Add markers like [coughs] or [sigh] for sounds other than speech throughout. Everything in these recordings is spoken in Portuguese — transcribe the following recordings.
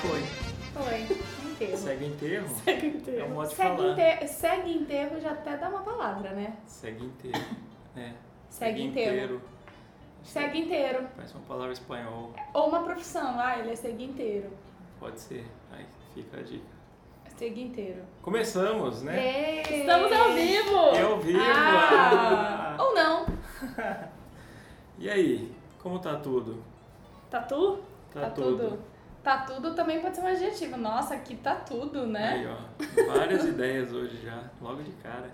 Foi. Foi. Enterro. Segue enterro? Segue enterro. É um modo de segue, falar. enterro segue enterro já até dá uma palavra, né? Segue inteiro. É. Segue inteiro. Segue inteiro. Parece uma palavra espanhol. Ou uma profissão. Ah, ele é segue inteiro. Pode ser. Aí fica a dica. Segue inteiro. Começamos, né? Estamos ao vivo! É ao vivo! Ah, ou não. E aí? Como tá tudo? Tatu? Tá tudo. Tá tudo também pode ser um adjetivo. Nossa, aqui tá tudo, Aí, né? ó. Várias [laughs] ideias hoje já, logo de cara.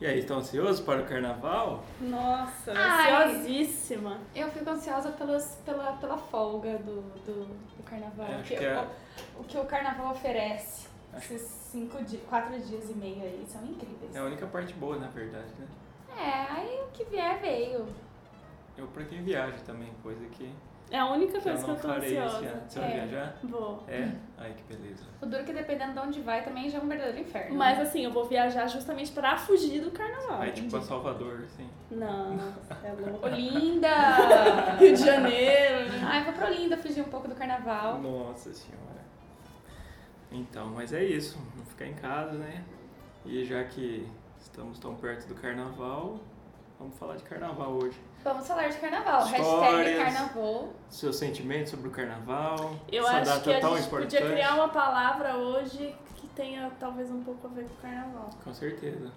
E aí, estão ansiosos para o carnaval? Nossa, Ai. ansiosíssima. Eu fico ansiosa pelas, pela, pela folga do, do, do carnaval. É, acho que que é- o, o que o carnaval oferece. Esses cinco dias, quatro dias e meio aí são incríveis. É a única parte boa, na verdade, né? É, aí o que vier veio. Eu pra quem viaja também, coisa que É a única eu coisa que não eu tô farei esse ansiosa. ano. Você vai É. viajar? Vou. É? Ai, que beleza. O duro é que dependendo de onde vai também já é um verdadeiro inferno. Mas assim, eu vou viajar justamente pra fugir do carnaval. Aí, tipo, a Salvador, assim. Não, é [laughs] louco. Olinda! [laughs] Rio de Janeiro. né? Ai, vou pra Olinda fugir um pouco do Ah. carnaval. Nossa senhora. Então, mas é isso. Vamos ficar em casa, né? E já que estamos tão perto do carnaval, vamos falar de carnaval hoje. Vamos falar de carnaval. Hashtag Histórias. carnaval. Seus sentimentos sobre o carnaval. Eu essa acho data é que a tão gente importante. podia criar uma palavra hoje que tenha talvez um pouco a ver com o carnaval. Com certeza.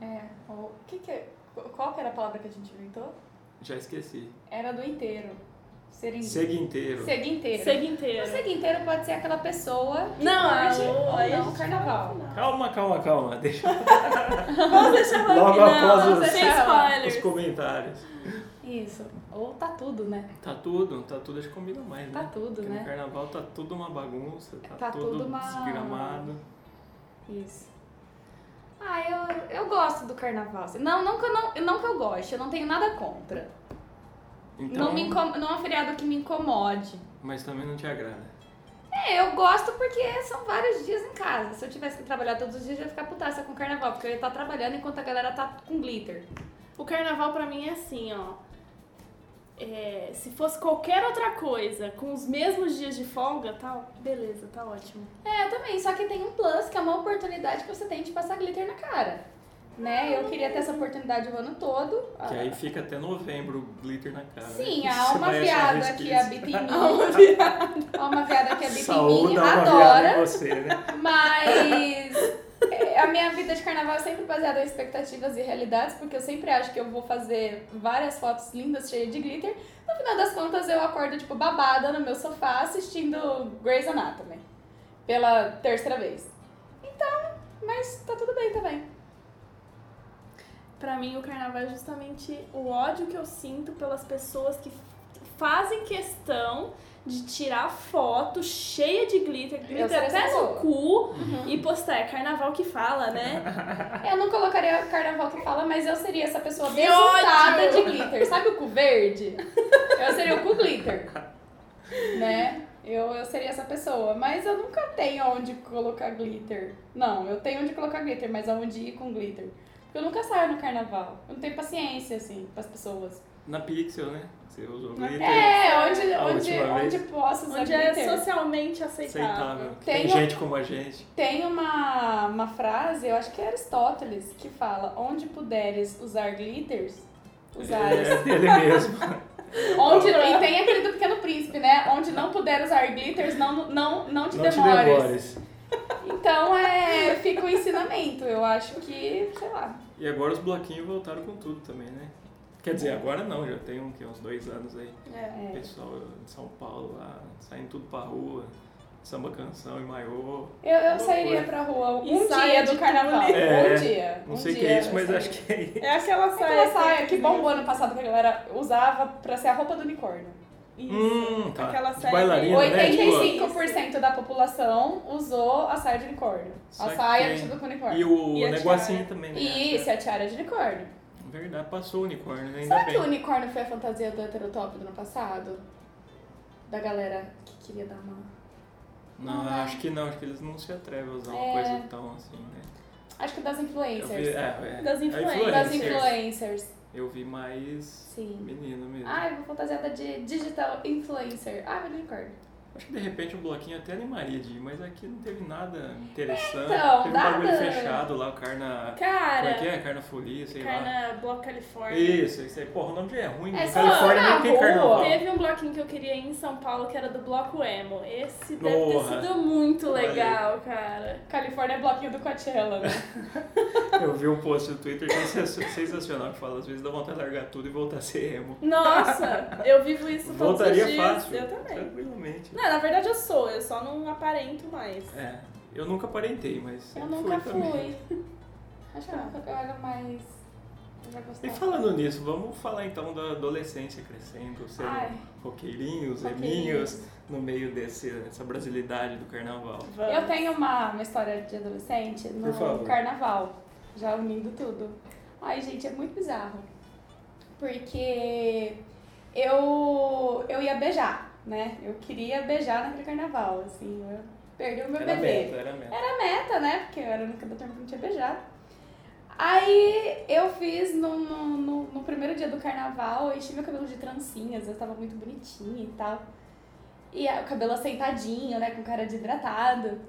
É. O que que é? Qual que era a palavra que a gente inventou? Já esqueci. Era do inteiro. Ser inteiro. Segue inteiro. Segue inteiro. Segue inteiro. O segue inteiro pode ser aquela pessoa que é Não, curte alô, ou aí a não gente carnaval. Calma, calma, calma. [laughs] Deixa Vamos deixar pra Logo final, após vamos os- deixar os spoilers. comentários. Isso. Ou tá tudo, né? Tá tudo, tá tudo, acho que combina mais, Tá né? tudo, Porque né? no carnaval tá tudo uma bagunça, tá, Tá tudo, tudo uma- desgramado. Isso. Ah, eu, eu gosto do carnaval. assim. Não, não que, eu não, não que eu goste, eu não tenho nada contra. Então, Não, me incom- não é um feriado que me incomode. Mas também não te agrada. É, eu gosto porque são vários dias em casa. Se eu tivesse que trabalhar todos os dias, eu ia ficar putaça com o carnaval, porque eu ia estar trabalhando enquanto a galera tá com glitter. O carnaval pra mim é assim, ó. É, se fosse qualquer outra coisa, com os mesmos dias de folga, tal, beleza, tá ótimo. É, eu também, só que tem um plus, que é uma oportunidade que você tem de passar glitter na cara. Né? Eu queria ter essa oportunidade o ano todo. Ah, Que aí fica até novembro o glitter na cara. Sim, [laughs] né? a Você alma vai achar viada que resquício. habita em mim. A alma viada que habita em mim Saúde, a alma adora. viada em você, né? Mas é, a minha vida de carnaval é sempre baseada em expectativas e realidades, porque eu sempre acho que eu vou fazer várias fotos lindas, cheias de glitter. No final das contas, eu acordo, tipo, babada no meu sofá assistindo Grey's Anatomy. Pela terceira vez. Então, mas tá tudo bem também. Pra mim, o carnaval é justamente o ódio que eu sinto pelas pessoas que fazem questão de tirar foto cheia de glitter, sou glitter essa até no pessoa. cu Uhum. e postar. É carnaval que fala, [laughs] né? Eu não colocaria carnaval que fala, mas eu seria essa pessoa Que desuntada de ódio! glitter. Sabe o cu verde? Eu seria o cu glitter. Né? Eu, eu seria essa pessoa. Mas eu nunca tenho onde colocar glitter. Não, eu tenho onde colocar glitter, mas aonde ir com glitter? Porque eu nunca saio no carnaval. Eu não tenho paciência, assim, pras pessoas. Na Pixel, né? Você usou Na glitter. É, onde, A onde, última vez. onde posso usar Onde é glitter. socialmente aceitável. Aceitável. Tem Tenho- gente como a gente. Tem uma, uma frase, eu acho que é Aristóteles, que fala: onde puderes usar glitters, usares. É dele [laughs] mesmo. Onde, e [laughs] tem aquele do Pequeno Príncipe, né? Onde não puder usar glitters, não, não, não te Não te demores. demores. Então, é, fica o ensinamento. Eu acho que, sei lá. E agora os bloquinhos voltaram com tudo também, né? Quer dizer, agora não, já tem um, que, uns dois anos aí. É. O pessoal de São Paulo lá, saindo tudo pra rua, samba canção e maiô. Eu, eu Loucura. sairia pra rua um E saia dia de do carnaval. tule. É, um dia. Não um sei o que dia é isso, mas eu acho que é isso. É aquela saia. saia. Aquela saia que bombou ano passado que a galera usava pra ser a roupa do unicórnio. Isso. Hum, tá. Aquela De saia. bailarina, né? Tipo- 85% da população usou a saia de unicórnio. A Saquei. saia vestida com unicórnio. E o E a negocinho tiara. também, né? Isso, é a tiara de unicórnio. Verdade, passou o unicórnio, né? Ainda Será que o bem. unicórnio foi a fantasia do heterotop do ano passado? Da galera que queria dar uma. Não, Não, né? acho que não, acho que eles não se atrevem a usar uma É. coisa tão assim, né? Acho que das Eu vi, influencers. é, é. Das É influencers. Das influencers. influencers, Eu vi mais sim. menino mesmo. Ah, eu vou fantasiada de digital influencer. Ah, meu unicórnio. Acho que de repente o bloquinho até animaria de ir, mas aqui não teve nada interessante. Então, teve um nada. bagulho fechado lá, o carna. Como é que Cara, é? Carna folia, sei lá. Carna Bloco Califórnia. Isso, isso aí. Porra, o nome já é ruim. É né? só Califórnia na nem tem rua. carnaval. Teve um bloquinho que eu queria ir em São Paulo que era do Bloco Emo. Esse deve Porra. ter sido muito Olha aí. legal, cara. Califórnia é bloquinho do Coachella, né? Eu vi um post no Twitter que é sens- sensacional que fala, às vezes dá vontade de largar tudo e voltar a ser emo. [laughs] Nossa, eu vivo isso um todos os Voltaria dias. fácil. Eu também. Tranquilamente. Não, na verdade eu sou, eu só não aparento mais. É, eu nunca aparentei, mas Eu sempre nunca fui fui. também. [laughs] Acho que eu nunca eu era mais. Eu já E gostava. falando nisso, vamos falar então da adolescência crescendo, sendo Ai, roqueirinhos, roqueirinhos. eminhos, no meio desse, dessa brasilidade do carnaval. Vamos. Eu tenho uma, uma história de adolescente Por favor. no carnaval, já unindo tudo. Ai, gente, é muito bizarro. Porque eu, eu ia beijar, né? Eu queria beijar naquele carnaval, assim. Eu perdi o meu Era bebê. meta, era meta. Era meta, né? Porque eu era a única da turma que não tinha beijado. Aí eu fiz no, no, no, no primeiro dia do carnaval, eu enchi meu cabelo de trancinhas, eu tava muito bonitinha e tal. E aí, o cabelo aceitadinho, né? Com cara de hidratado.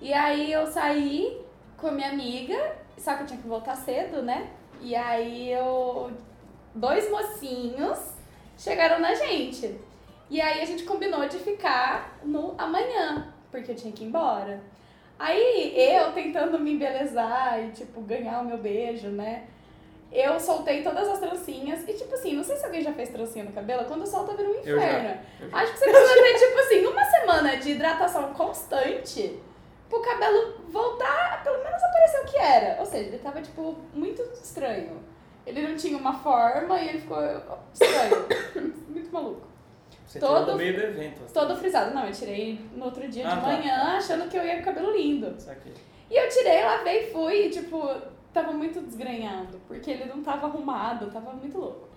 E aí eu saí com a minha amiga, só que eu tinha que voltar cedo, né? E aí eu. Dois mocinhos chegaram na gente. E aí a gente combinou de ficar no amanhã, porque eu tinha que ir embora. Aí eu tentando me embelezar e, tipo, ganhar o meu beijo, né? Eu soltei todas as trancinhas e, tipo assim, não sei se alguém já fez trancinha no cabelo, quando solta vira um Eu já, inferno. eu já. Acho que você precisa ter, tipo assim, uma semana de hidratação constante pro cabelo voltar, a pelo menos aparecer o que era. Ou seja, ele tava, tipo, muito estranho. Ele não tinha uma forma e ele ficou estranho. [coughs] muito maluco. Você todo- tirou no meio do evento. assim. Todo frisado. Não, eu tirei no outro dia Ah, de tá. manhã achando que eu ia com o cabelo lindo. Saquei. E eu tirei, lavei e fui, e tipo, tava muito desgrenhado, porque ele não tava arrumado, tava muito louco.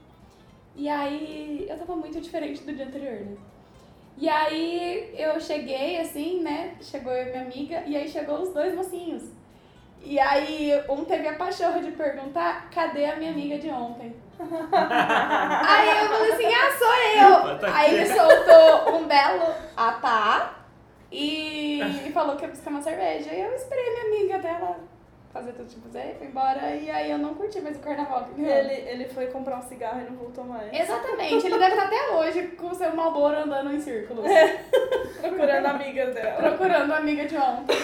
E aí eu tava muito diferente do dia anterior, né? E aí eu cheguei assim, né? Chegou eu e minha amiga, e aí chegou os dois mocinhos. E aí um teve a pachorra de perguntar, cadê a minha amiga de ontem? aí eu falei assim, ah, sou eu! Ela tá aí ele soltou um belo ah tá e falou que ia buscar uma cerveja. E eu esperei a minha amiga dela fazer tudo tipo fazer, foi embora, e aí eu não curti mais o carnaval. que rolou. Ele, ele foi comprar um cigarro e não voltou mais. Exatamente, ele deve estar até hoje com o seu malboro andando em círculos. Procurando a amiga dela. Procurando a amiga de ontem.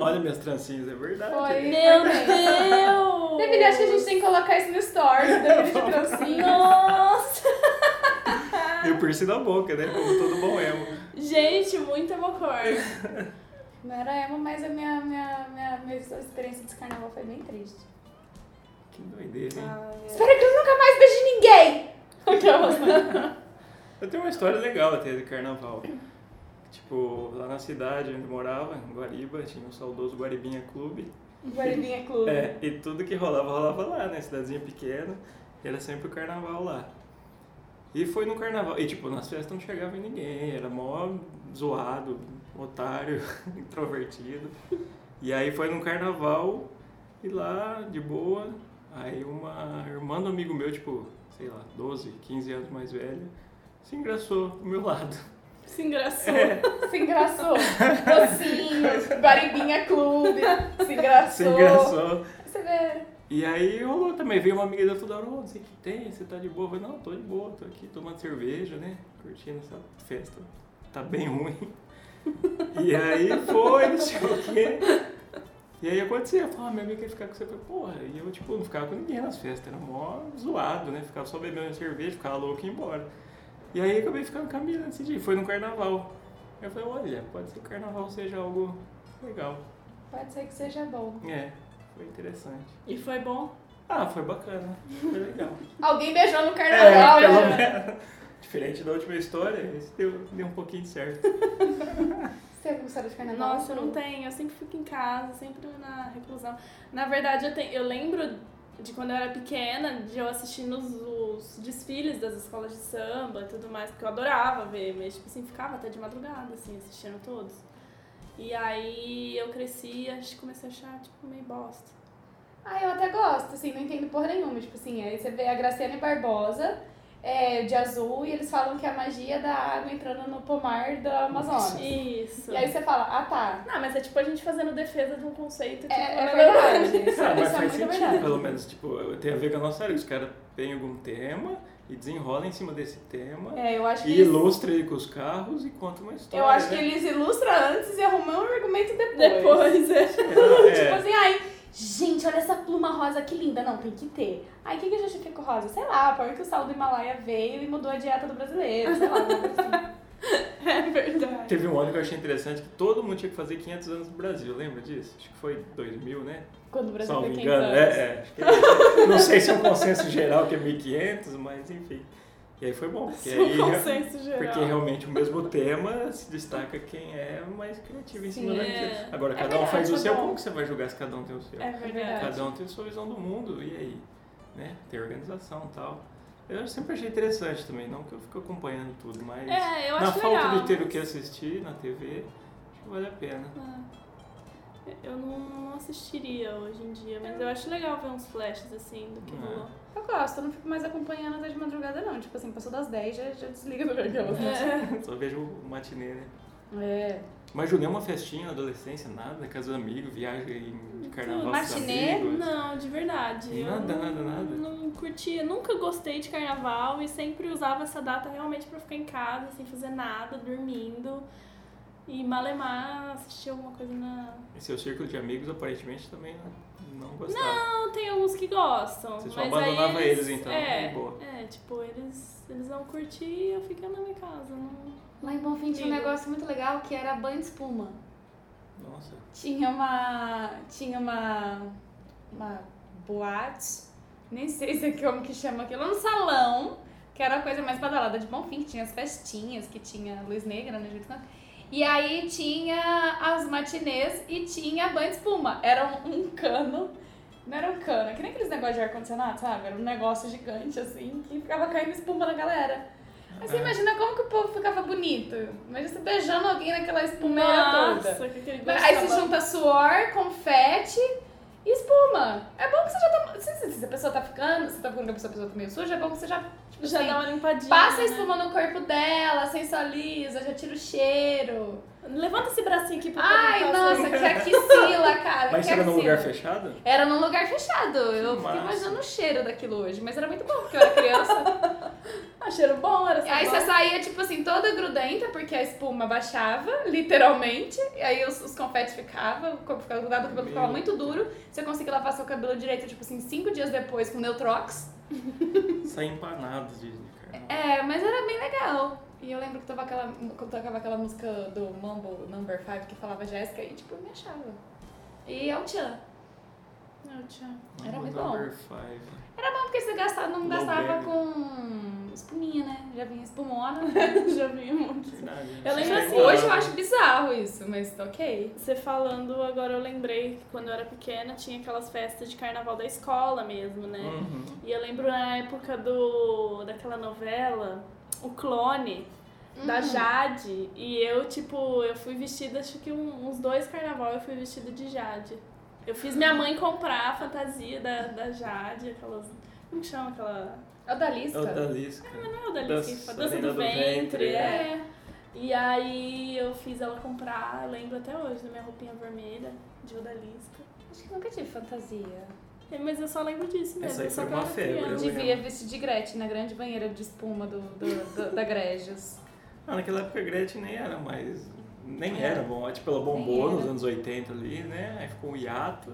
Olha minhas trancinhas, é verdade. Foi. Meu Foi bem. Deus! Deveria, acho que a gente tem que colocar isso no [laughs] story, da vídeo de trancinha. Nossa! Eu piercing na boca, né? Como todo bom emo. Gente, muito emocorda. Não era emo, mas a minha, minha, minha, minha experiência desse carnaval foi bem triste. Que doideira, hein? é. Espero que eu nunca mais beije ninguém! [laughs] Aquelas, né? Eu tenho uma história legal até de carnaval. Tipo, lá na cidade onde eu morava, em Guariba, tinha o saudoso Guaribinha Clube. Guaribinha Clube. É, e tudo que rolava, rolava lá, né? Cidadezinha pequena, era sempre o carnaval lá. E foi no carnaval. E tipo, nas festas não chegava ninguém, era mó zoado, otário, [laughs] introvertido. E aí foi no carnaval, e lá, de boa, aí uma irmã do amigo meu, tipo, sei lá, 12, 15 anos mais velha, se engraçou do meu lado. [laughs] Se engraçou. Se engraçou. Docinhos, Guaribinha Clube. Se engraçou. Se engraçou. Você vê. E aí rolou também, veio uma amiga dela toda hora, ô, não sei o que tem, você tá de boa? Eu falei, não, tô de boa, tô aqui tomando cerveja, né? Curtindo essa festa, tá bem ruim. E aí foi, não sei o quê. E aí acontecia, pô, minha amiga quer ficar com você. Eu falei, porra, e eu, tipo, não ficava com ninguém nas festas, era mó zoado, né? Ficava só bebendo cerveja, ficava louco e ia embora. E aí acabei ficando com a mina nesse dia, foi no carnaval. Eu falei, olha, pode ser que o carnaval seja algo legal. Pode ser que seja bom. É, foi interessante. E foi bom? Ah, foi bacana, foi legal. Alguém beijou no [laughs] É, carnaval, pelo né? menos. Diferente da última história, esse deu, deu um pouquinho de certo. Você teve uma história de carnaval? né? Nossa, eu não tenho. Eu sempre fico em casa, sempre na reclusão. Na verdade, eu, tenho, eu lembro de quando eu era pequena, de eu assistindo os, os desfiles das escolas de samba e tudo mais, porque eu adorava ver, mas tipo assim, ficava até de madrugada, assim, assistindo todos. E aí eu cresci e acho que comecei a achar, tipo, meio bosta. Ah, eu até gosto, assim, não entendo porra nenhuma. Tipo assim, aí você vê a Graciane Barbosa é, de azul e eles falam que é a magia da água entrando no pomar da Amazônia. Isso. E aí você fala, ah tá, Não, mas é tipo a gente fazendo defesa de um conceito que é, não é verdade. verdade. Isso, Ah, mas isso faz é muito sentido, verdade. pelo menos. Tipo, tem a ver com a nossa área. Os caras pegam algum tema e desenrolam em cima desse tema. É, eu acho que E eles, ilustra ele com os carros e conta uma história. eu acho [laughs] que né? eles ilustram antes e arrumam um argumento depois. Depois, é. Ah, Tipo é. assim, ai, gente, olha essa pluma rosa que linda. Não, tem que ter. Ai, o que, que a gente fica com rosa? Sei lá, por que o sal do Himalaia veio e mudou a dieta do brasileiro, sei lá, uma coisa assim. É verdade. Teve um ano que eu achei interessante que todo mundo tinha que fazer 500 anos do Brasil, lembra disso? Acho que foi 2000, né? Quando o Brasil Salvo foi 500 engano, anos. é, é, acho que é isso. Não sei se é um consenso geral que é 1500, mas enfim. E aí foi bom, porque aí. é Um consenso geral. Porque realmente o mesmo tema se destaca quem é mais criativo em cima Sim, daquilo. é. Agora, É cada um verdade, faz o é seu, bom. como que você vai julgar se cada um tem o seu? É verdade. Cada um tem a sua visão do mundo, e aí? Né? Tem organização e tal. Eu sempre achei interessante também, não que eu fico acompanhando tudo, mas É, eu na acho falta legal. de ter o que é. assistir na TV, acho que vale a [laughs] pena. É. Eu não, não assistiria hoje em dia, mas eu acho legal ver uns flashes assim do que É. rolou. [laughs] Eu gosto, eu não fico mais acompanhando até de madrugada, não. Tipo assim, passou das 10, já, já desliga do É, programa. Só vejo o matinê, né? É. Mas julguei uma festinha na adolescência, nada, casa do amigo, viagem de carnaval. com os matinê? amigos. Não, de verdade. eu Nada, não- nada, nada. Não curtia, nunca gostei de carnaval e sempre usava essa data realmente pra ficar em casa, sem fazer nada, dormindo. E malemar assistir alguma coisa na. E seu é círculo de amigos aparentemente também não não gostava. Não, tem alguns que gostam. Você só mas abandonava aí eles, então, É, de boa. é tipo, eles, eles vão curtir e eu ficando na minha casa. Não... Lá em Bonfim tinha um Diga. negócio muito legal que era banho de espuma. Nossa. Tinha uma. Tinha uma. Uma boate. Nem sei se é como que chama aquilo. Era um salão, que era a coisa mais badalada de Bonfim, que tinha as festinhas, que tinha luz negra, né? Jeito e aí tinha as matinês e tinha banho de espuma. Era um, um cano. Não era um cano, é que nem aqueles negócios de ar-condicionado, sabe? Era um negócio gigante, assim, que ficava caindo espuma na galera. Mas você Ah. imagina como que o povo ficava bonito. Imagina você beijando alguém naquela espumeira toda. Nossa, que aquele gosto Aí de você sabão. junta suor, confete e espuma. É bom que você já tá. Se, se- se a pessoa tá ficando, você tá ficando com a pessoa, a pessoa tá meio suja, é bom que você já. Tipo, Já assim, dá uma limpadinha. Passa a né? espuma no corpo dela, sensualiza, já tira o cheiro. Levanta esse bracinho aqui pra Ai, poder nossa, [laughs] que axila, cara. Mas que era num axila. lugar fechado? Era num lugar fechado. Eu massa. fiquei imaginando o cheiro daquilo hoje, mas era muito bom porque eu era criança. Ah, cheiro bom, era aí sabão. você saía, tipo assim, toda grudenta, porque a espuma baixava, [laughs] literalmente. E aí os, os confetes ficavam, o corpo ficava grudado, o cabelo ficava Meu. muito duro. Você conseguia lavar seu cabelo direito, tipo assim, cinco dias depois com Neutrox. Sai empanado de de carnaval. É, mas era bem legal. E eu lembro que tava aquela, quando tocava aquela música do Mumble Number 5 que falava Jéssica e tipo, eu me achava. E é o Tchan. Não, tchau. É, era muito um Number five. Era bom porque você gastava, não Low gastava bag. com espuminha, né? Já vinha espumona. [laughs] Já vi um monte. Verdade, né? Eu lembro Sai assim, empanado. Hoje eu acho bizarro isso, tá mas ok. Você falando, agora eu lembrei que quando eu era pequena tinha aquelas festas de carnaval da escola mesmo, né? Uhum. E eu lembro na época do daquela novela, O Clone, da Jade. E eu, tipo, eu fui vestida, acho que um- uns dois carnaval eu fui vestida de Jade. Eu fiz minha mãe comprar a fantasia da, da Jade, aquelas. Como que chama aquela. É o da lista. É o da Lisca. Não, da Dança- Alice, dança Lenda do, do ventre, Ventre, é. E aí eu fiz ela comprar, eu lembro até hoje, da minha roupinha vermelha, de odalisca. Acho que nunca tive fantasia. É, Mas eu só lembro disso mesmo. Essa aí só foi que eu uma era febre, criança. né? Devia vestir de Gretchen na grande [laughs] banheira de espuma do, do- do- da Grégios. Ah, naquela época a Gretchen nem era mais nem era bom. Tipo, ela bombou É. Nem nos era. anos 80 ali, né? Aí ficou um hiato.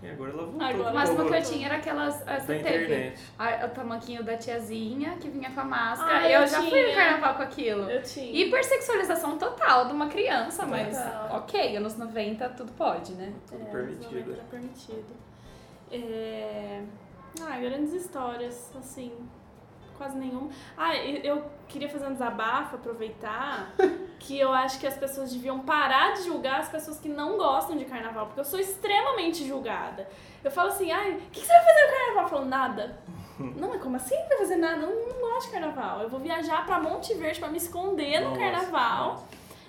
E agora ela voltou. Agora- pro Mas no horror que eu tinha era aquelas. ah, Da Você teve internet. a- o tamanquinho da tiazinha que vinha com a máscara. Ah, eu, eu já fui tinha. no carnaval com aquilo. Eu tinha. Hipersexualização total de uma criança, mas Total. ok, anos 90 tudo pode, né? Tudo É, permitido. normalmente Era permitido. É... Ah, grandes histórias, assim. Quase nenhuma. Ah, e- eu queria fazer um desabafo, aproveitar, que eu acho que as pessoas deviam parar de julgar as pessoas que não gostam de carnaval, porque eu sou extremamente julgada. Eu falo assim, ai, o que, que você vai fazer no carnaval? Eu falo, nada. não, mas como assim? Não vai fazer nada? Eu não gosto de carnaval. Eu vou viajar pra Monte Verde pra me esconder no Nossa, carnaval. nossa.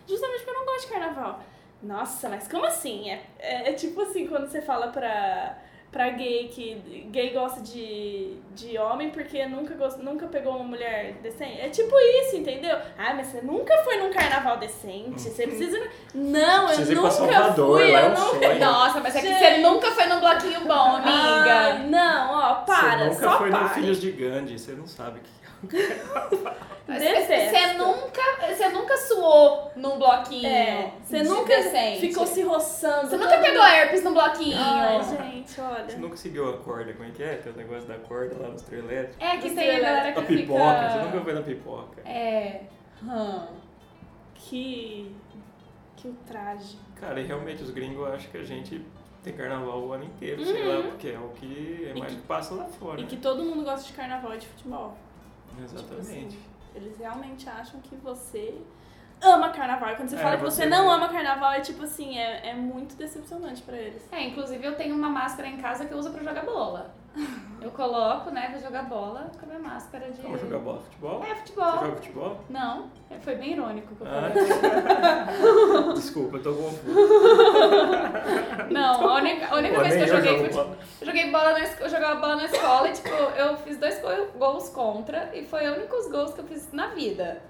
Justamente porque eu não gosto de carnaval. Nossa, mas como assim? É, é, é tipo assim quando você fala pra, pra gay que gay gosta de, de homem porque nunca, gost, nunca pegou uma mulher decente. É tipo isso, entendeu? Ah, mas você nunca foi num carnaval decente. Você precisa. Não, eu Uhum. Precisa ir pra nunca Salvador, fui. lá é eu um não sonho. Nossa, mas é que Gente. Ah, você nunca foi num bloquinho bom, Ai, amiga. não, ó, para, Ah. você nunca só foi para. no Filhos de Gandhi, você não sabe o que Você- Você nunca, você nunca suou num bloquinho. É, você de nunca decente. ficou se roçando. Você nunca pegou né? herpes num bloquinho. Ai, gente, Você olha. nunca seguiu a corda, como é que é? Tem o negócio da corda lá nos trio elétrico. é que Você tem a galera A que pipoca, fica... você nunca foi na pipoca. É. Hum. Que. Que ultraje. Cara, e realmente os gringos acham que a gente tem carnaval o ano inteiro, sei Uhum. lá, porque é o que é E mais que- que passa lá fora. E né? que todo mundo gosta de carnaval e de futebol. Exatamente. tipo assim, Eles realmente acham que você ama carnaval. E Quando você É, fala que você- você não ama carnaval, é tipo assim, é, é muito decepcionante pra eles. É, inclusive eu tenho uma máscara em casa que eu uso pra jogar bola. Eu coloco, né, pra jogar bola com a minha máscara de. Vamos jogar bola futebol? É, Você futebol. joga futebol? Não, é, foi bem irônico que eu falei. Ah, [laughs] desculpa, eu tô confuso. Não, a única, a única Pô, vez que nem eu joguei jogo futebol. bola. Eu joguei bola na, es- eu jogava bola na escola e, tipo, eu fiz dois go- gols contra e foi o único gols que eu fiz na vida.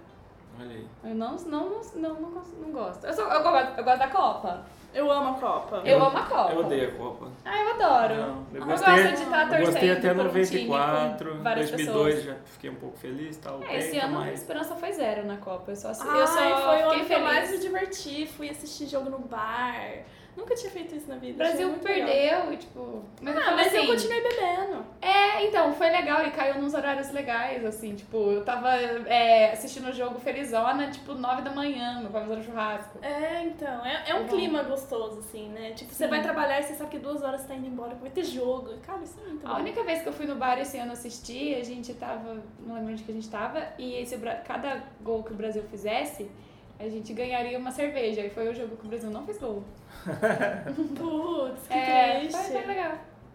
Olha aí. Eu não, não, não, não, não, gosto- não gosto. Eu, sou, eu, gosto. eu gosto da Copa. Eu amo a Copa. Eu amo a Copa. Eu odeio a Copa. Ah, eu adoro. Não, eu eu gostei- gosto de estar Eu torcendo gostei até por um time com 94, várias 2002 pessoas. já fiquei um pouco feliz, tal, É, esse tá ano a mais. esperança foi zero na Copa. Eu só, assi- Ai, eu só Ah, foi o fiquei ano que eu feliz. mais me diverti, fui assistir jogo no bar. Nunca tinha feito isso na O vida. achei Brasil muito legal. perdeu, e, tipo... Mas, Ah, mas eu continuei bebendo. É, então, foi legal e caiu nos horários legais, assim. Tipo, eu tava é, assistindo o jogo felizona, tipo, 9 da manhã, meu pai fazendo churrasco. É, então, é, é um Bom. clima gostoso, assim, né? Tipo, você Sim. vai trabalhar e você sabe que duas horas você tá indo embora, vai ter jogo. Cara, isso é muito A bom. única vez que eu fui no bar esse ano assistir, a gente tava... Não lembro onde que a gente tava. E esse, Bra- cada gol que o Brasil fizesse, a gente ganharia uma cerveja. E foi o jogo que o Brasil não fez gol. Putz, que é, triste. foi, foi legal.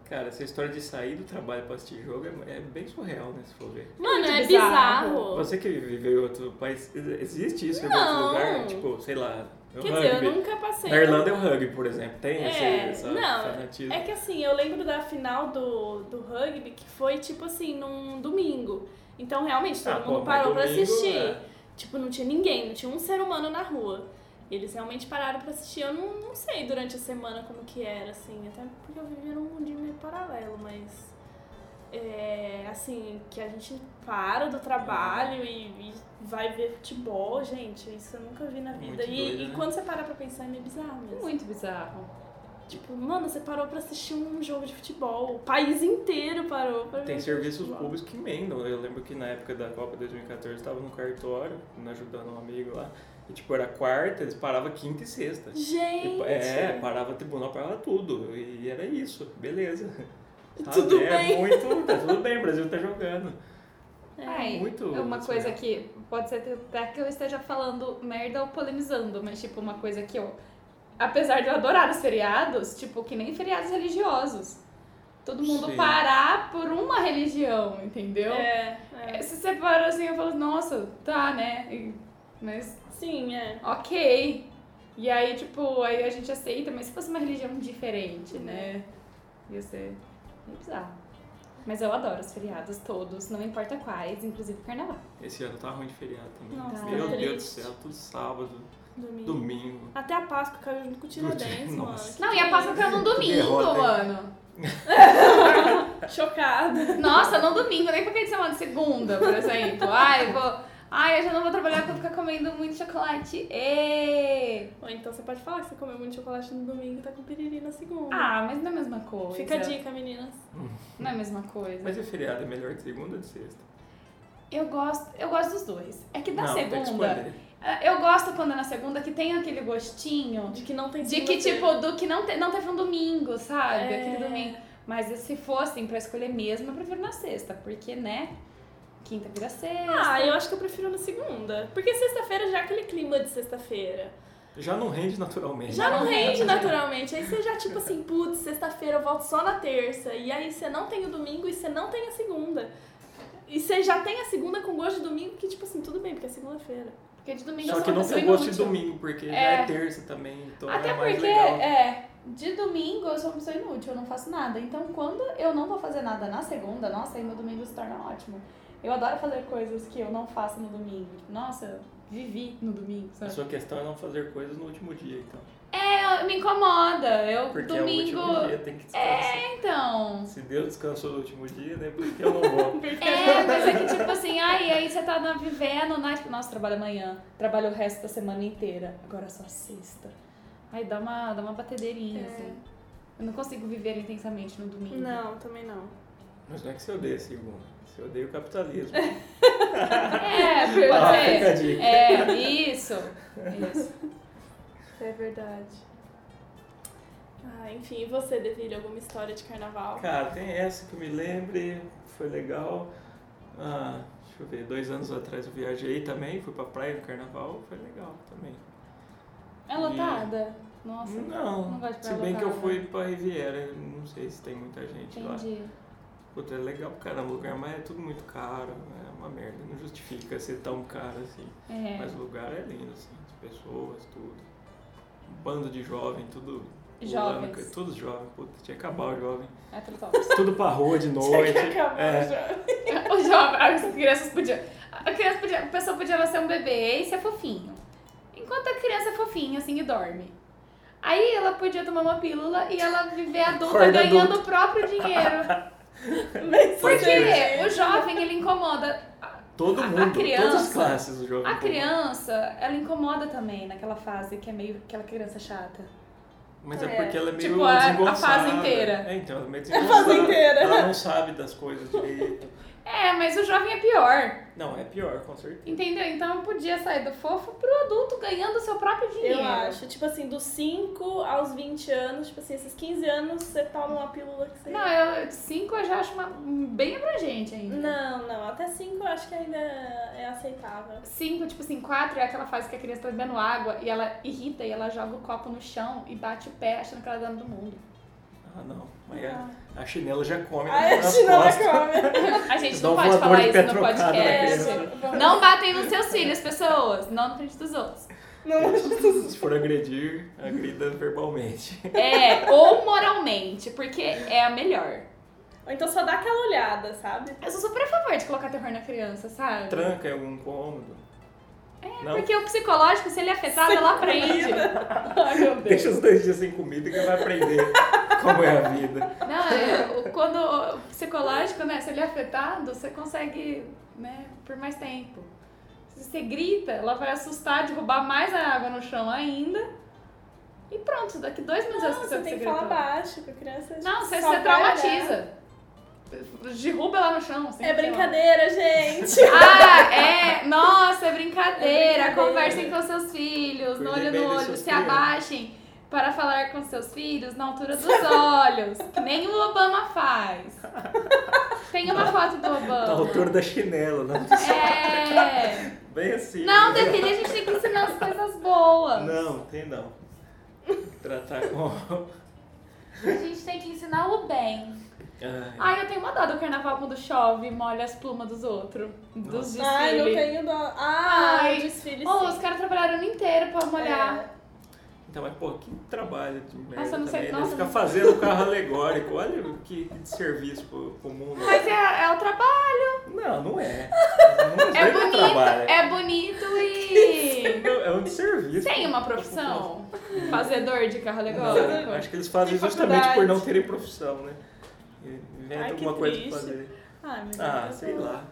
Cara, essa história de sair do trabalho pra assistir jogo é, é bem surreal, né, se for ver. Mano, Muito é bizarro. bizarro. Você que viveu em outro país, existe isso em Não. outro lugar? Tipo, sei lá, é o Quer rugby. dizer, eu nunca passei. um Na Irlanda é o rugby, por exemplo, tem esse, É, essa não, fanatismo. É que assim, eu lembro da final do, do rugby que foi tipo assim, num domingo. Então realmente todo Ah, pô, mundo mas parou pra domingo, assistir. é. Tipo, não tinha ninguém, não tinha um ser humano na rua. Eles realmente pararam pra assistir. Eu não, não sei durante a semana como que era, assim, até porque eu vivia num mundinho meio paralelo, mas. É, assim, que a gente para do trabalho e, e vai ver futebol, gente, isso eu nunca vi na Muito vida. E, doido, e né? quando você para pra pensar é meio bizarro mesmo. Muito bizarro. Tipo, mano, você parou pra assistir um jogo de futebol. O país inteiro parou pra ver é, Tem um serviços futebol. públicos que emendam. Eu lembro que na época da Copa 2014 estava no cartório, ajudando um amigo lá. E tipo, era quarta, eles paravam quinta e sexta. Gente! E, é, parava tribunal, parava tudo. E era isso, beleza. Sabe? Tudo é bem. Muito, tá tudo bem, o Brasil tá jogando. Ai, muito é uma surreal. coisa que pode ser até que eu esteja falando merda ou polemizando, mas tipo uma coisa que eu, apesar de eu adorar os feriados, tipo que nem feriados religiosos, todo mundo Sim. parar por uma religião, entendeu? É, é. Se você para assim, eu falo, nossa, tá, né? E- Mas Sim, é. ok. E aí tipo aí a gente aceita, mas se fosse uma religião diferente, né? Ia ser meio bizarro. Mas eu adoro os feriados todos, não importa quais, inclusive o carnaval. Esse ano tá ruim de feriado também. Nossa, Meu tá Deus do triste. céu, tudo sábado, Domingo. domingo. Até a Páscoa caiu junto com o Tiradentes, mano. Nossa. Que Não, e a Páscoa caiu num Que domingo, derrota, hein? mano. Chocada. tá [laughs] Nossa, num domingo, nem porque de semana, segunda, por exemplo. Ai, vou. Ai, eu já não vou trabalhar porque eu vou ficar comendo muito chocolate. Ê! Ou então você pode falar que você comeu muito chocolate no domingo e tá com piriri na segunda. Ah, mas não é a mesma coisa. Fica a dica, meninas. Não é a mesma coisa. Mas o feriado é melhor de segunda ou de sexta? Eu gosto, eu gosto dos dois. É que da não, tem que segunda. escolher. ah, Eu gosto quando é na segunda que tem aquele gostinho De que não tem de que, segunda-feira. tipo, do que não, te, não teve um domingo, sabe? É. Aquele domingo. Mas se fossem pra escolher mesmo, eu prefiro na sexta, porque, né? Quinta vira sexta. Ah, eu acho que eu prefiro na segunda. Porque sexta-feira já é aquele clima de sexta-feira. Já não rende naturalmente. Já não rende naturalmente. Aí você já, tipo assim, putz, sexta-feira eu volto só na terça. E aí você não tem o domingo e você não tem a segunda. E você já tem a segunda com gosto de domingo, que, tipo assim, tudo bem, porque é segunda-feira. Porque de domingo Só eu que sou uma não tem pessoa gosto de inútil. domingo, porque já É. é terça também, então Até é mais porque, legal. é, de domingo eu sou uma pessoa inútil, eu não faço nada. Então, quando eu não vou fazer nada na segunda, nossa, aí meu domingo se torna ótimo. Eu adoro fazer coisas que eu não faço no domingo. Tipo, Nossa, eu vivi no domingo, A sabe? sua questão é não fazer coisas no último dia, então. É, eu- me incomoda. Eu, Porque domingo... é o último dia, tem que descansar. é, então... Se Deus descansou no último dia, né? Porque eu não vou. É, mas é que tipo assim, ai, aí você tá na- vivendo, né? Tipo, nossa, trabalho amanhã, trabalho o resto da semana inteira, agora só sexta. Aí dá uma, dá uma batedeirinha, É. assim. Eu não consigo viver intensamente no domingo. Não, também não. Mas não é que você odeia a segunda. Você odeia o [laughs] capitalismo. [laughs] É, Ah, porque fica a dica. É, isso. Isso. É verdade. Ah, enfim, e você, Deville, alguma história de É. carnaval? [laughs] Cara, tem essa que eu me lembre, foi legal. Ah, deixa eu ver, dois anos atrás eu viajei também, fui pra praia no carnaval, foi legal também. É lotada? Nossa. não, não gosto de se praia bem que eu lotada. fui pra Riviera, não sei se tem muita gente lá. Entendi. Puta, é legal pra caramba o lugar, mas é tudo muito caro, é uma merda, não justifica ser tão caro assim. Mas o É. lugar é lindo, assim, as pessoas, tudo. Um bando de jovem, tudo. Jovens. pulando, Tudo jovem, puta, tinha que acabar o jovem. É tudo top. Tudo pra rua [laughs] de noite. é. O jovem, as crianças podiam. A criança podia. A pessoa podia nascer um bebê e ser fofinho. Enquanto a criança é fofinha, assim, e dorme. Aí ela podia tomar uma pílula e ela viver adulta Acorda ganhando adulta. o próprio dinheiro. Pode Mas Porque ser. o jovem, ele incomoda. Todo A- a mundo, todas criança- as classes do jogo. A criança, ela incomoda também naquela fase que é meio aquela criança chata. Mas é É, porque ela é meio tipo, a- a fase desengonçada. inteira. É, então, ela é [laughs] meio fase desengonçada. inteira. Ela não sabe das coisas direito. É, mas o jovem é pior. Não, é pior, com certeza. Entendeu? Então podia sair do fofo pro adulto ganhando o seu próprio dinheiro. Eu acho, tipo assim, dos 5 aos 20 anos, tipo assim, esses 15 anos você toma uma pílula que você. Não, eu, de cinco eu já acho uma, um, bem abrangente ainda. não, não, até 5 eu acho que ainda é aceitável. Cinco, tipo assim, quatro é aquela fase que a criança tá bebendo água e ela irrita e ela joga o copo no chão e bate o pé achando que ela é dona do mundo. Ah, não. Mas a, a chinela já come. Ah, é, Ai, a nas China costas. [laughs] come. A gente Dá não um pode voador falar de isso pé no trocado na É. podcast. criança. Não batem nos seus filhos, pessoas. Não na frente dos outros. Não, [laughs] Se for agredir, agrida verbalmente. [laughs] É, ou moralmente, porque é a melhor. Ou então só dá aquela olhada, sabe? Eu sou super a favor de colocar terror na criança, sabe? Tranca em algum cômodo. não. Porque o psicológico, se ele é afetado, ela aprende. [laughs] Ai, meu Deus. Deixa os dois dias sem comida que ela vai aprender como é a vida. Não, é, o- quando o psicológico, né, se ele é afetado, você consegue, né, por mais tempo. Se você grita, ela vai assustar, derrubar mais a água no chão ainda. E pronto, daqui dois minutos Não, ela escutou você o tem você que falar gritou. baixo, que a criança. Não, você, você você traumatiza. Derruba ela no chão. assim, É sei lá. brincadeira, [laughs] gente. Ah, é! Nossa, é brincadeira! É brincadeira. Conversem com seus filhos, no Cuidem olho bem no dos olho, seus se filhos. abaixem para falar com seus filhos na altura dos olhos. que nem o Obama faz. Tem uma foto do Obama. Na altura Tá da chinela, né? É! Bem assim. Não, né? Define, a gente tem que ensinar as coisas boas. Não, tem não. Tratar com. A gente tem que ensinar o bem. Ai. Ai, eu tenho uma dó do carnaval quando chove e molha as plumas dos outros. Dos desfiles. Ai, não tenho dó. Ah, Ai. o desfile Oh, sim. os caras trabalharam o ano inteiro pra molhar. É. Então, mas pô, que trabalho de merda Nossa, eu não sei- também, nossa, né? Ficar não- fazendo carro alegórico, olha o que que desserviço pro, pro mundo. Mas é, é o trabalho. Não, não é. Não É sei que bonito, trabalho. é bonito e. Não, é um desserviço. Tem uma profissão? Fazedor de carro Não, alegórico? acho que eles fazem Tem justamente por faculdade. não terem profissão, né? Inventa Ai, que alguma coisa Ah, triste. pra fazer. Ai, mas Ah, eu- sei lá.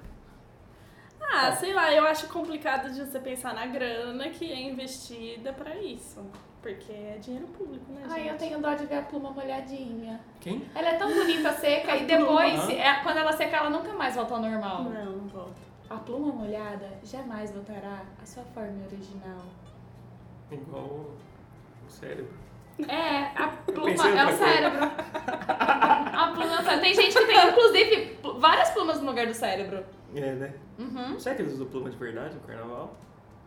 Ah, sei lá, eu acho complicado de você pensar na grana que é investida pra isso. Porque é dinheiro público, né, gente? Ai, eu tenho dó de ver a pluma molhadinha. Quem? Ela é tão bonita seca [laughs] A e depois, pluma. é, quando ela seca, ela nunca mais volta ao normal. Não, não volto. A pluma molhada jamais voltará à sua forma original. Igual o- o cérebro. É, a pluma pensei em é o outra coisa. cérebro. A pluma é o cérebro. Tem gente que tem, inclusive, pl- várias plumas no lugar do cérebro. É, né? Uhum. Será que eles usam pluma de verdade no carnaval?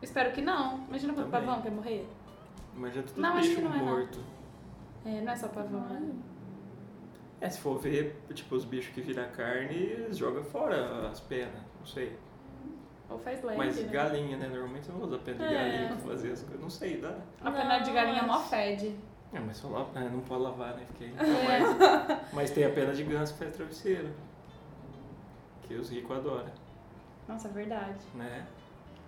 Espero que não. Imagina o Também. pavão que ia morrer. Imagina tudo Não, acho bicho que não é, não. morto. É, não é só pavão, né? É, se for ver, tipo, os bichos que viram carne, eles jogam fora as pernas, não sei. Ou faz leve, Mas né? galinha, né? Normalmente você não usa pena de É. galinha pra fazer as coisas. Não sei, dá. A pena de galinha Não, mó fede. É, mas só lá, ah, não pode lavar, né? Fiquei. [laughs] É. Mas tem a pena de ganso que faz travesseiro. Que os ricos adoram, Nossa, é verdade. né?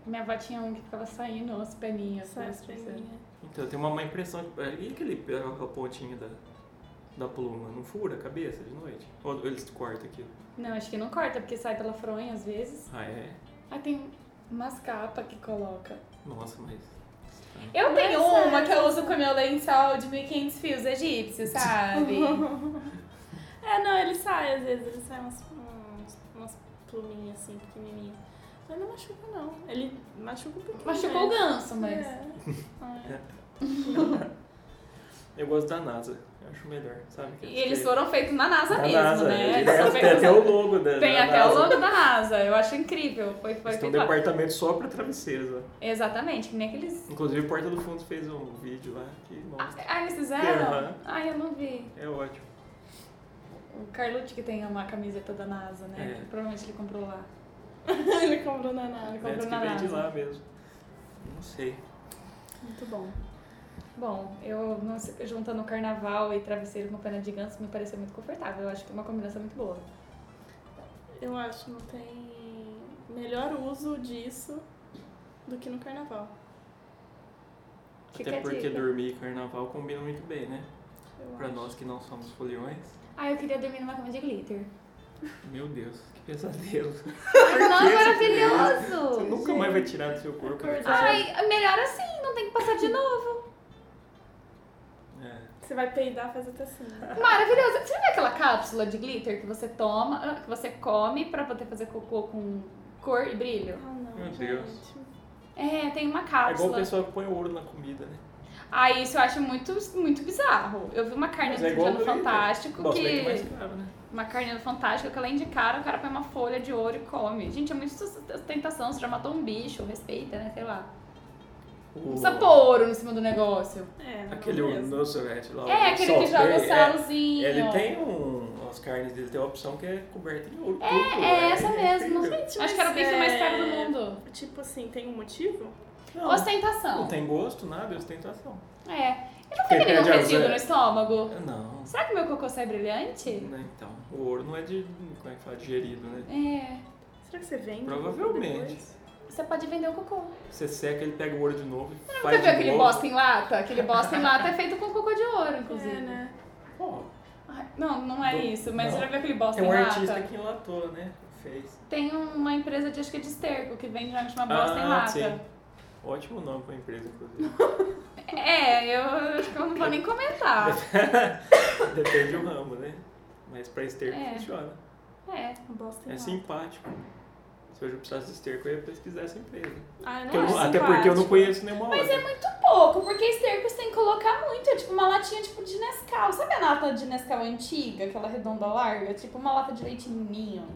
Minha avó tinha um que ficava saindo as peninhas. Só as assim, assim. peninhas. Então tem uma má impressão. Tipo, e aquele, aquela pontinha da, da pluma? Não fura a cabeça de noite? Ou eles cortam aquilo? Não, acho que não corta, porque sai pela fronha às vezes. Ah, é? Ah, tem umas capas que coloca. Nossa, mas. Eu tenho Mas é. uma que eu uso com meu lençol de 1500 fios egípcios, [laughs] sabe? [laughs] É, não, ele sai às vezes, ele sai umas, uns- umas pluminhas assim, pequenininhas. Mas não machuca, não. Ele machuca um pouquinho. Machucou o né? ganso, mas. É. Ai. Eu gosto da NASA. Eu acho melhor, sabe? Que E eles foram feitos na NASA da mesmo, NASA. né? Eles Eles são tem feitos- até o logo da, Tem da até o NASA. logo da NASA, eu acho incrível. Foi, foi Eles têm um feito lá. departamento só pra travesseiros. ó. Exatamente, que nem aqueles. Inclusive, o Porta do Fundo fez um vídeo lá que mostra. Ah, eles fizeram? Aham. Ai, eu não vi. É ótimo. O Carlucci que tem uma camiseta da NASA, né? É. Que provavelmente ele comprou lá. [laughs] ele comprou na nave. Ele É, diz comprou que na vem de NASA. lá mesmo. Não sei. Muito bom. Bom, eu não sei, juntando carnaval e travesseiro com pena de ganso me pareceu muito confortável. Eu acho que é uma combinação muito boa. Eu acho que não tem melhor uso disso do que no carnaval. Fica até a porque dica. dormir e carnaval combina muito bem, né? Eu Pra acho. nós que não somos foliões. Ah, eu queria dormir numa cama de [laughs] glitter. Meu Deus, que [laughs] pesadelo. Não, Você maravilhoso! nunca mais vai tirar do é seu corpo. né? Acordar. Ai, melhor assim, não tem que passar de novo. É. Você vai peidar, faz até assim. Ah, né? Maravilhoso. Você viu aquela cápsula de glitter que você toma, ah, que você come pra poder fazer cocô com cor e Ah, brilho? não, Meu gente. Deus. É, tem uma é igual o cápsula. pessoal que põe ouro na comida, né? Ah, isso eu acho muito, muito bizarro. Eu vi uma carne Mas outro é dia igual no o glitter. Fantástico Nossa, que... leite mais caro, né? Uma carne fantástica que ela indicaram, o cara põe uma folha de ouro e come. Gente, é muito tentação, você já matou um bicho, respeita, né? Sei lá. O- Não precisa pôr ouro no cima do negócio. É, não Aquele mesmo. no sorvete lá. é, o aquele que joga o sorbet, é. salzinho. Ele tem um. As carnes dele tem uma opção que é coberta de ouro. É, é essa mesmo. Gente, Acho que era o mas bife mais caro do é- mundo. Tipo assim, tem um motivo? Não, Ostentação. não tem gosto, nada, é ostentação. É. E não Quem fica nenhum perde a resíduo zero. no estômago? Não. Será que meu cocô sai brilhante? Né, então. O ouro não é de. Como é que fala? Digerido, né? É. Será que você vende? Provavelmente. depois? Você pode vender o cocô. Você seca, ele pega o ouro de novo. e Você faz de viu aquele novo. bosta em lata? Aquele bosta em lata é feito com cocô de ouro, inclusive. É, né? Pô, Ai, Não, não é Do- isso, mas não. já viu aquele bosta tem um em lata? artista que enlatou, né? Fez. Tem uma empresa de acho que é de esterco que vende geralmente uma bosta em lata. Ah, sim. Ótimo nome pra empresa, inclusive. [laughs] É, eu acho que eu não vou [laughs] nem comentar. Depende do ramo, né? Mas pra esterco É. funciona. É. Bosta em É lata. simpático. Se hoje eu precisasse de esterco, eu ia pesquisar essa empresa. Ah, eu Porque não eu acho não- até porque eu não simpático. conheço nenhuma Mas outra. é muito pouco, porque esterco você tem que colocar muito. É tipo uma latinha tipo de Nescau. Sabe a lata de Nescau antiga, aquela redonda larga? Tipo uma lata de leite ninho.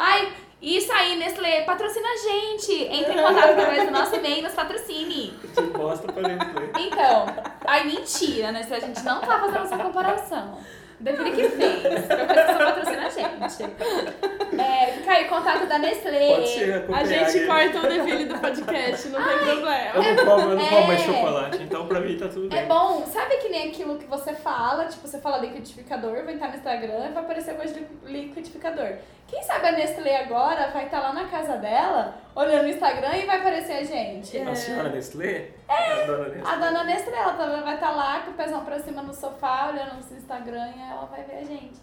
Ai, isso aí, Nestlé, patrocina a gente! Entre em contato através do nosso e-mail, nos patrocine! Você bosta pra dentro. né? Então, ai mentira, né? Se a gente não tá fazendo essa comparação. Define que fez. Porque você patrocina a gente. É, fica aí o contato da Nestlé. Pode ser é a A gente Copenhague. corta o defile do podcast, não tem Eu problema. não como, eu não como mais É. chocolate, então pra mim tá tudo bem. É bom, sabe que nem aquilo que você fala, tipo, você fala liquidificador, vai estar no Instagram e vai aparecer coisa de liquidificador. Quem sabe a Nestlé agora vai estar lá na casa dela, olhando o Instagram e vai aparecer a gente. A senhora Nestlé? É. A dona Nestlé. A dona Nestlé, tá ela tá- vai estar lá com o pezão pra cima no sofá, olhando o Instagram e ela vai ver a gente.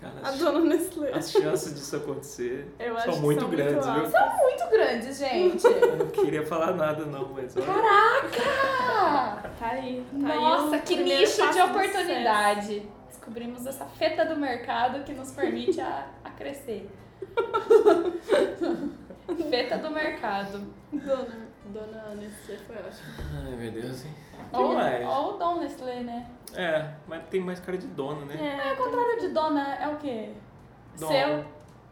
Cara, A as, dona [laughs] Nestlé. as chances disso acontecer Eu acho são que muito são grandes, muito viu? altas. Tá Muito grandes, gente. Eu não queria falar nada, não, mas olha. Caraca! Tá aí. Tá Nossa, aí o que primeiro nicho passo de do oportunidade. Descobrimos essa feta do mercado que nos permite a, a [laughs] crescer. feta do mercado. sucesso. Dona, dona Nestlé foi ótima. Ai, meu Deus, hein? Que Ou, mais? ou Dom Nestlé, né? É, mas tem mais cara de dona, né? É, o contrário de dona é o quê? Dona. Seu?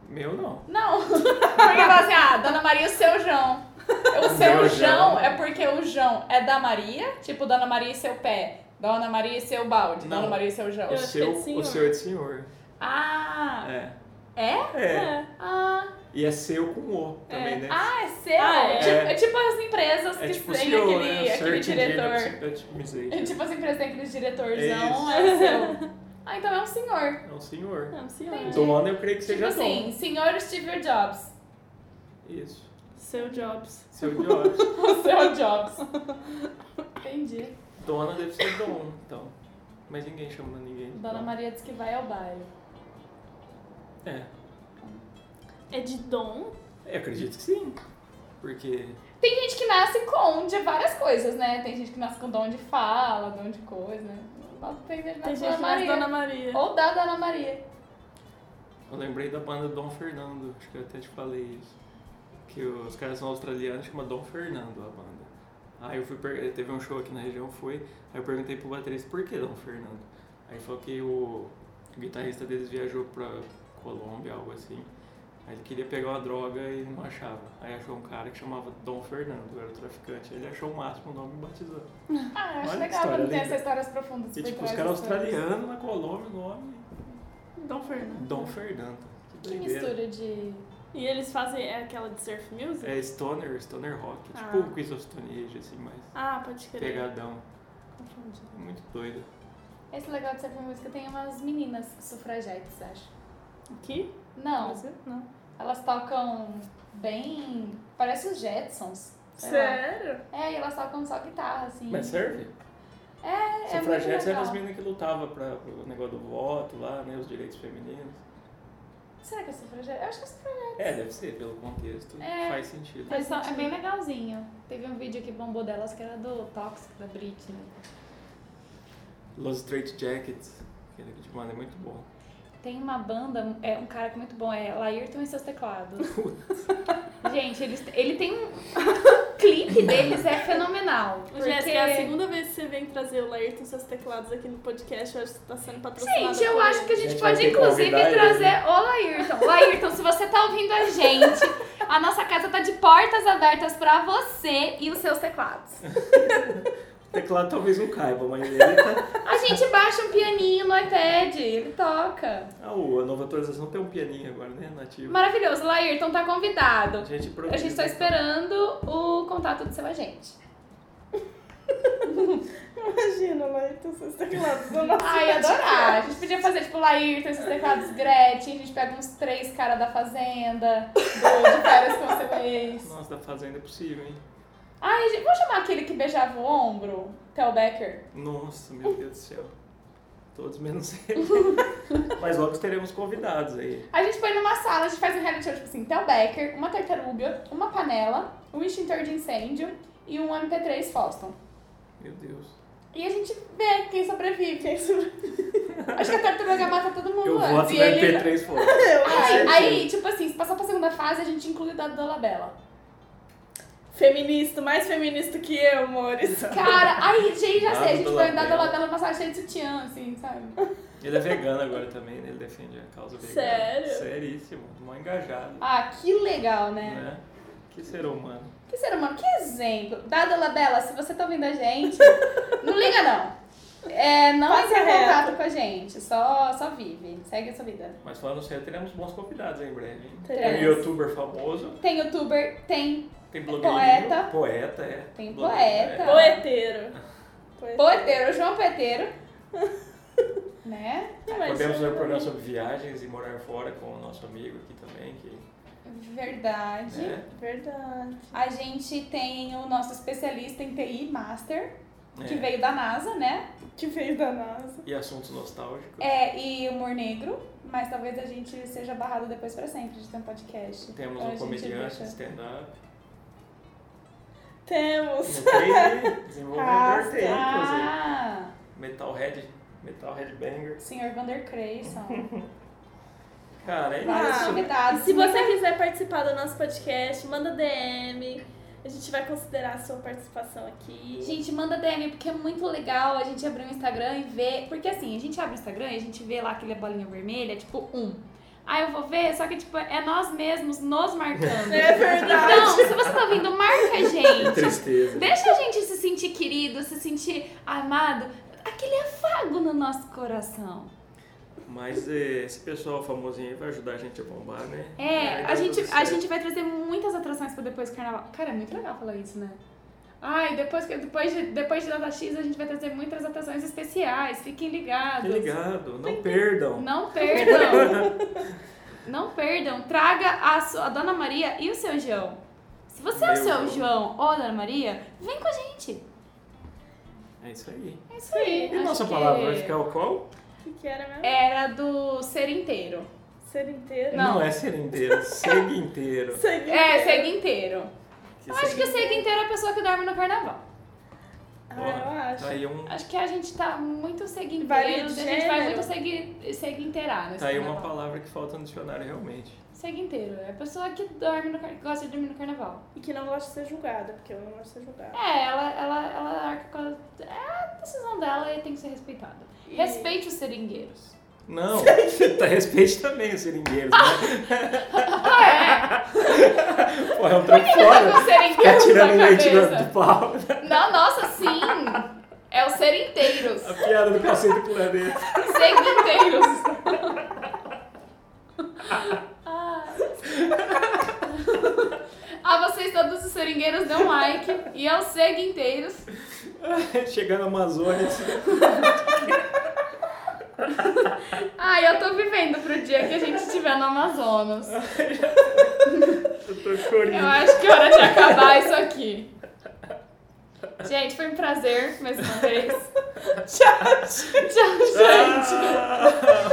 Meu não. [laughs] Não. Porque fala assim, ah, Dona Maria e o seu João. O seu Meu João João. é porque o João é da Maria, tipo Dona Maria e seu pé, Dona Maria e seu balde, Não. Dona Maria e seu João. Eu O acho que seu, é de senhor. o seu é de senhor. Ah, É. é? É. Ah, E é seu com o também, É. né? ah, é seu? Ah, é. Tipo- é. tipo as empresas que é tipo têm CEO, aquele, né? aquele Search Engine diretor. Optimization. É tipo as empresas têm aquele diretorzão, Isso. é, o [laughs] seu. Ah, então é um senhor. É um senhor. Não, senhora. Entendi. Dona, eu creio que Tipo seja assim, senhor Steve Jobs. [laughs] dona. Isso. Seu Jobs. Seu Jobs. O seu Jobs. Entendi. dona deve ser dom, então. Mas ninguém chama ninguém. de Dona dom. Maria diz que vai ao baile. É. É de Dom? Eu acredito que sim. Porque. Tem gente que nasce com de várias coisas, né? Tem gente que nasce com dom de fala, dom de coisa, né? Tem gente que Tem nasce gente com que nasce Maria. Dona Maria. Ou da Dona Maria. Eu lembrei da banda Dom Fernando. Acho que eu até te falei isso. Que os caras são australianos, chama Dom Fernando a banda. Aí eu fui. per- Teve um show aqui na região, fui. Aí eu perguntei pro baterista por que Dom Fernando. Aí ele falou que o guitarrista deles viajou pra Colômbia, algo assim. Aí ele queria pegar uma droga e não achava. Aí achou um cara que chamava Dom Fernando, era o traficante. Ele achou o máximo o nome e batizou. Ah, eu Olha acho que legal quando história tem linda. essas histórias profundas. E por tipo, trás os caras das coisas. australianos na Colômbia, o nome. é Dom Fernando. Dom Fernando. Que doideira. mistura de. E eles fazem é aquela de surf music? É stoner, stoner rock. Ah. Tipo o Quiz of Stone Age, assim, mas Ah, pode crer. pegadão. Confundi. É muito doido. Esse legal de ser uma música tem umas meninas sufragetes, acho. Aqui? Não, Brasil? Não. elas tocam bem. Parece os Jetsons. sei lá. Sério? É, e elas tocam só guitarra, assim. Mas serve? É, é muito Sufragetes eram legal. as meninas que lutavam pra, pro negócio do voto lá, né? Os direitos femininos. Será que é sufragete? Eu acho que é sufragete. É, deve ser, pelo contexto. É. Faz sentido. Mas só- é bem legalzinho. Teve um vídeo que bombou delas que era do Toxic, da Britney. Los Straight Jackets, que era que te manda, é muito bom. Tem uma banda, é um cara que é muito bom, é Laírton e seus teclados. Gente, eles, ele tem um. O clipe deles é fenomenal. Porque... Jéssica, é a segunda vez que você vem trazer o Lairton e seus teclados aqui no podcast. Eu acho que você tá sendo patrocinado. Gente, eu acho que a gente, Gente, vai pode, ter que inclusive, convidar ele. trazer o Laírton. Laírton, se você tá ouvindo a gente, a nossa casa tá de portas abertas pra você e os seus teclados. O teclado talvez não caiba, mas ele tá. A gente baixa um pianinho no iPad, ele toca. Ah, o- a nova atualização tem um pianinho agora, né? Nativo. Maravilhoso, Laírton tá convidado. A gente A gente improvisa. tá esperando o contato do seu agente. Imagina, então Lairton e seus teclados. Dona Ai, ia adorar. A gente podia fazer, tipo, Laírton, esses teclados Gretchen, a gente pega uns três caras da fazenda, do, de férias com seu ex. Nossa, da Fazenda é possível, hein? Ai, gente, vamos chamar aquele que beijava o ombro? Tel Becker. Nossa, meu Deus do céu. Todos menos [laughs] ele. Mas logo teremos convidados aí. A gente põe numa sala, a gente faz um reality show, tipo assim, Tel Becker, uma tartaruga, uma panela, um extintor de incêndio e um MP3 Foston. Meu Deus. E a gente vê quem sobrevive. Quem sobrevive. Acho que a tartaruga mata todo mundo Eu antes. voto e no ele- MP3 fora. Aí, Certinho. aí, tipo assim, se passar pra segunda fase, a gente inclui o dado da Labela. Feminista, mais feminista que eu, amores. Cara, aí, gente, já sei, a gente Dado da vai andar da Labela. Labela passar cheio de sutiã, assim, sabe? Ele é vegano agora também, né? Ele defende a causa vegana. Sério? Seríssimo. Mó engajado. Ah, que legal, né? Né? Que ser humano. Que ser humano, que exemplo. Dada Labela, se você tá ouvindo a gente, não liga não. É, não Passa entre em reto. contato com a gente, só, só vive, segue a sua vida. Mas falando sério, teremos bons convidados aí em breve. hein? Teremos. Tem um youtuber famoso, Tem youtuber, tem tem blogueirinho. É Poeta. Poeta, é. Tem Blogueiro, poeta. é. Poeteiro. poeteiro, João Peteiro. né? Mas- é Podemos fazer um programa sobre viagens e morar fora com o nosso amigo aqui também. Que, Verdade. né? Verdade. A gente tem o nosso especialista em TI Master, que É. veio da NASA, né? Que veio da NASA. E assuntos nostálgicos. É, e humor negro, mas talvez a gente seja barrado depois pra sempre de ter um podcast. Temos Então a um gente comediante de deixa. stand-up. [laughs] Temos. Não tem desenvolvedor tem, inclusive. Ah, Metalhead, Metalhead Banger. senhor Vander [laughs] Creyson. Cara, é Várias isso. atividades. Se você quiser participar do nosso podcast, manda DM. A gente vai considerar a sua participação aqui. Gente, manda DM, porque é muito legal a gente abrir o Instagram e ver. Porque assim, a gente abre o Instagram e a gente vê lá aquele bolinha vermelha, tipo um. Aí eu vou ver, só que tipo, é nós mesmos [laughs] nos marcando. É verdade. Então, se você tá vindo, marca a Que gente. tristeza. Deixa a gente se sentir querido, se sentir amado. Aquele afago no nosso coração. Mas eh, esse pessoal famosinho aí vai ajudar a gente a bombar, né? Vai É, dar a gente, tudo a certo. gente vai trazer muitas atrações pra depois do carnaval. Cara, é muito legal falar isso, né? Ai, depois, que- depois, de, depois de data X a gente vai trazer muitas atrações especiais. Fiquem ligados. Fique ligado, não perdam. Não perdam. Não perdam. Traga a, sua, a Dona Maria e o seu João. Se você é o Meu seu João. João ou a Dona Maria, vem com a gente. É isso aí. É isso aí. E Acho nossa que palavra vai ficar o qual? O que, que era mesmo? Era do ser inteiro. Ser inteiro. Não. é ser inteiro, segue inteiro. Ser É, inteiro. segue inteiro. Eu acho que o segue- segue inteiro é a pessoa que dorme no carnaval. Ah, Ó, eu acho. Tá aí, um, Acho que a gente tá muito seguinteiro, Varia a de gente vai gênero. muito segui- seguinteirar nesse tá aí uma carnaval. palavra que falta no dicionário realmente. Seguinteiro, né? é a pessoa que dorme no car- que gosta de dormir no carnaval. E que não gosta de ser julgada, porque eu não gosto de ser julgada. É, ela, ela, ela arca com a... É a decisão dela e tem que ser respeitada. E- Respeite os seringueiros. Não, tá, respeite também os seringueiros, né? Ah, [laughs] é? Pô, é um trampo Tá com fora. Ficar seringueiros tirando na leite cabeça. do pau. Não, nossa, sim! É os serinteiros. A piada do cacete do planeta. Seguinteiros. A vocês todos os seringueiros dão like e aos seguinteiros. Chegando na Amazônia. [laughs] Ai, eu tô vivendo pro dia que a gente estiver no Amazonas. Eu tô chorando. Eu acho que é hora de acabar isso aqui. Gente, foi um prazer mais uma vez. Tchau, tchau, gente. Ah!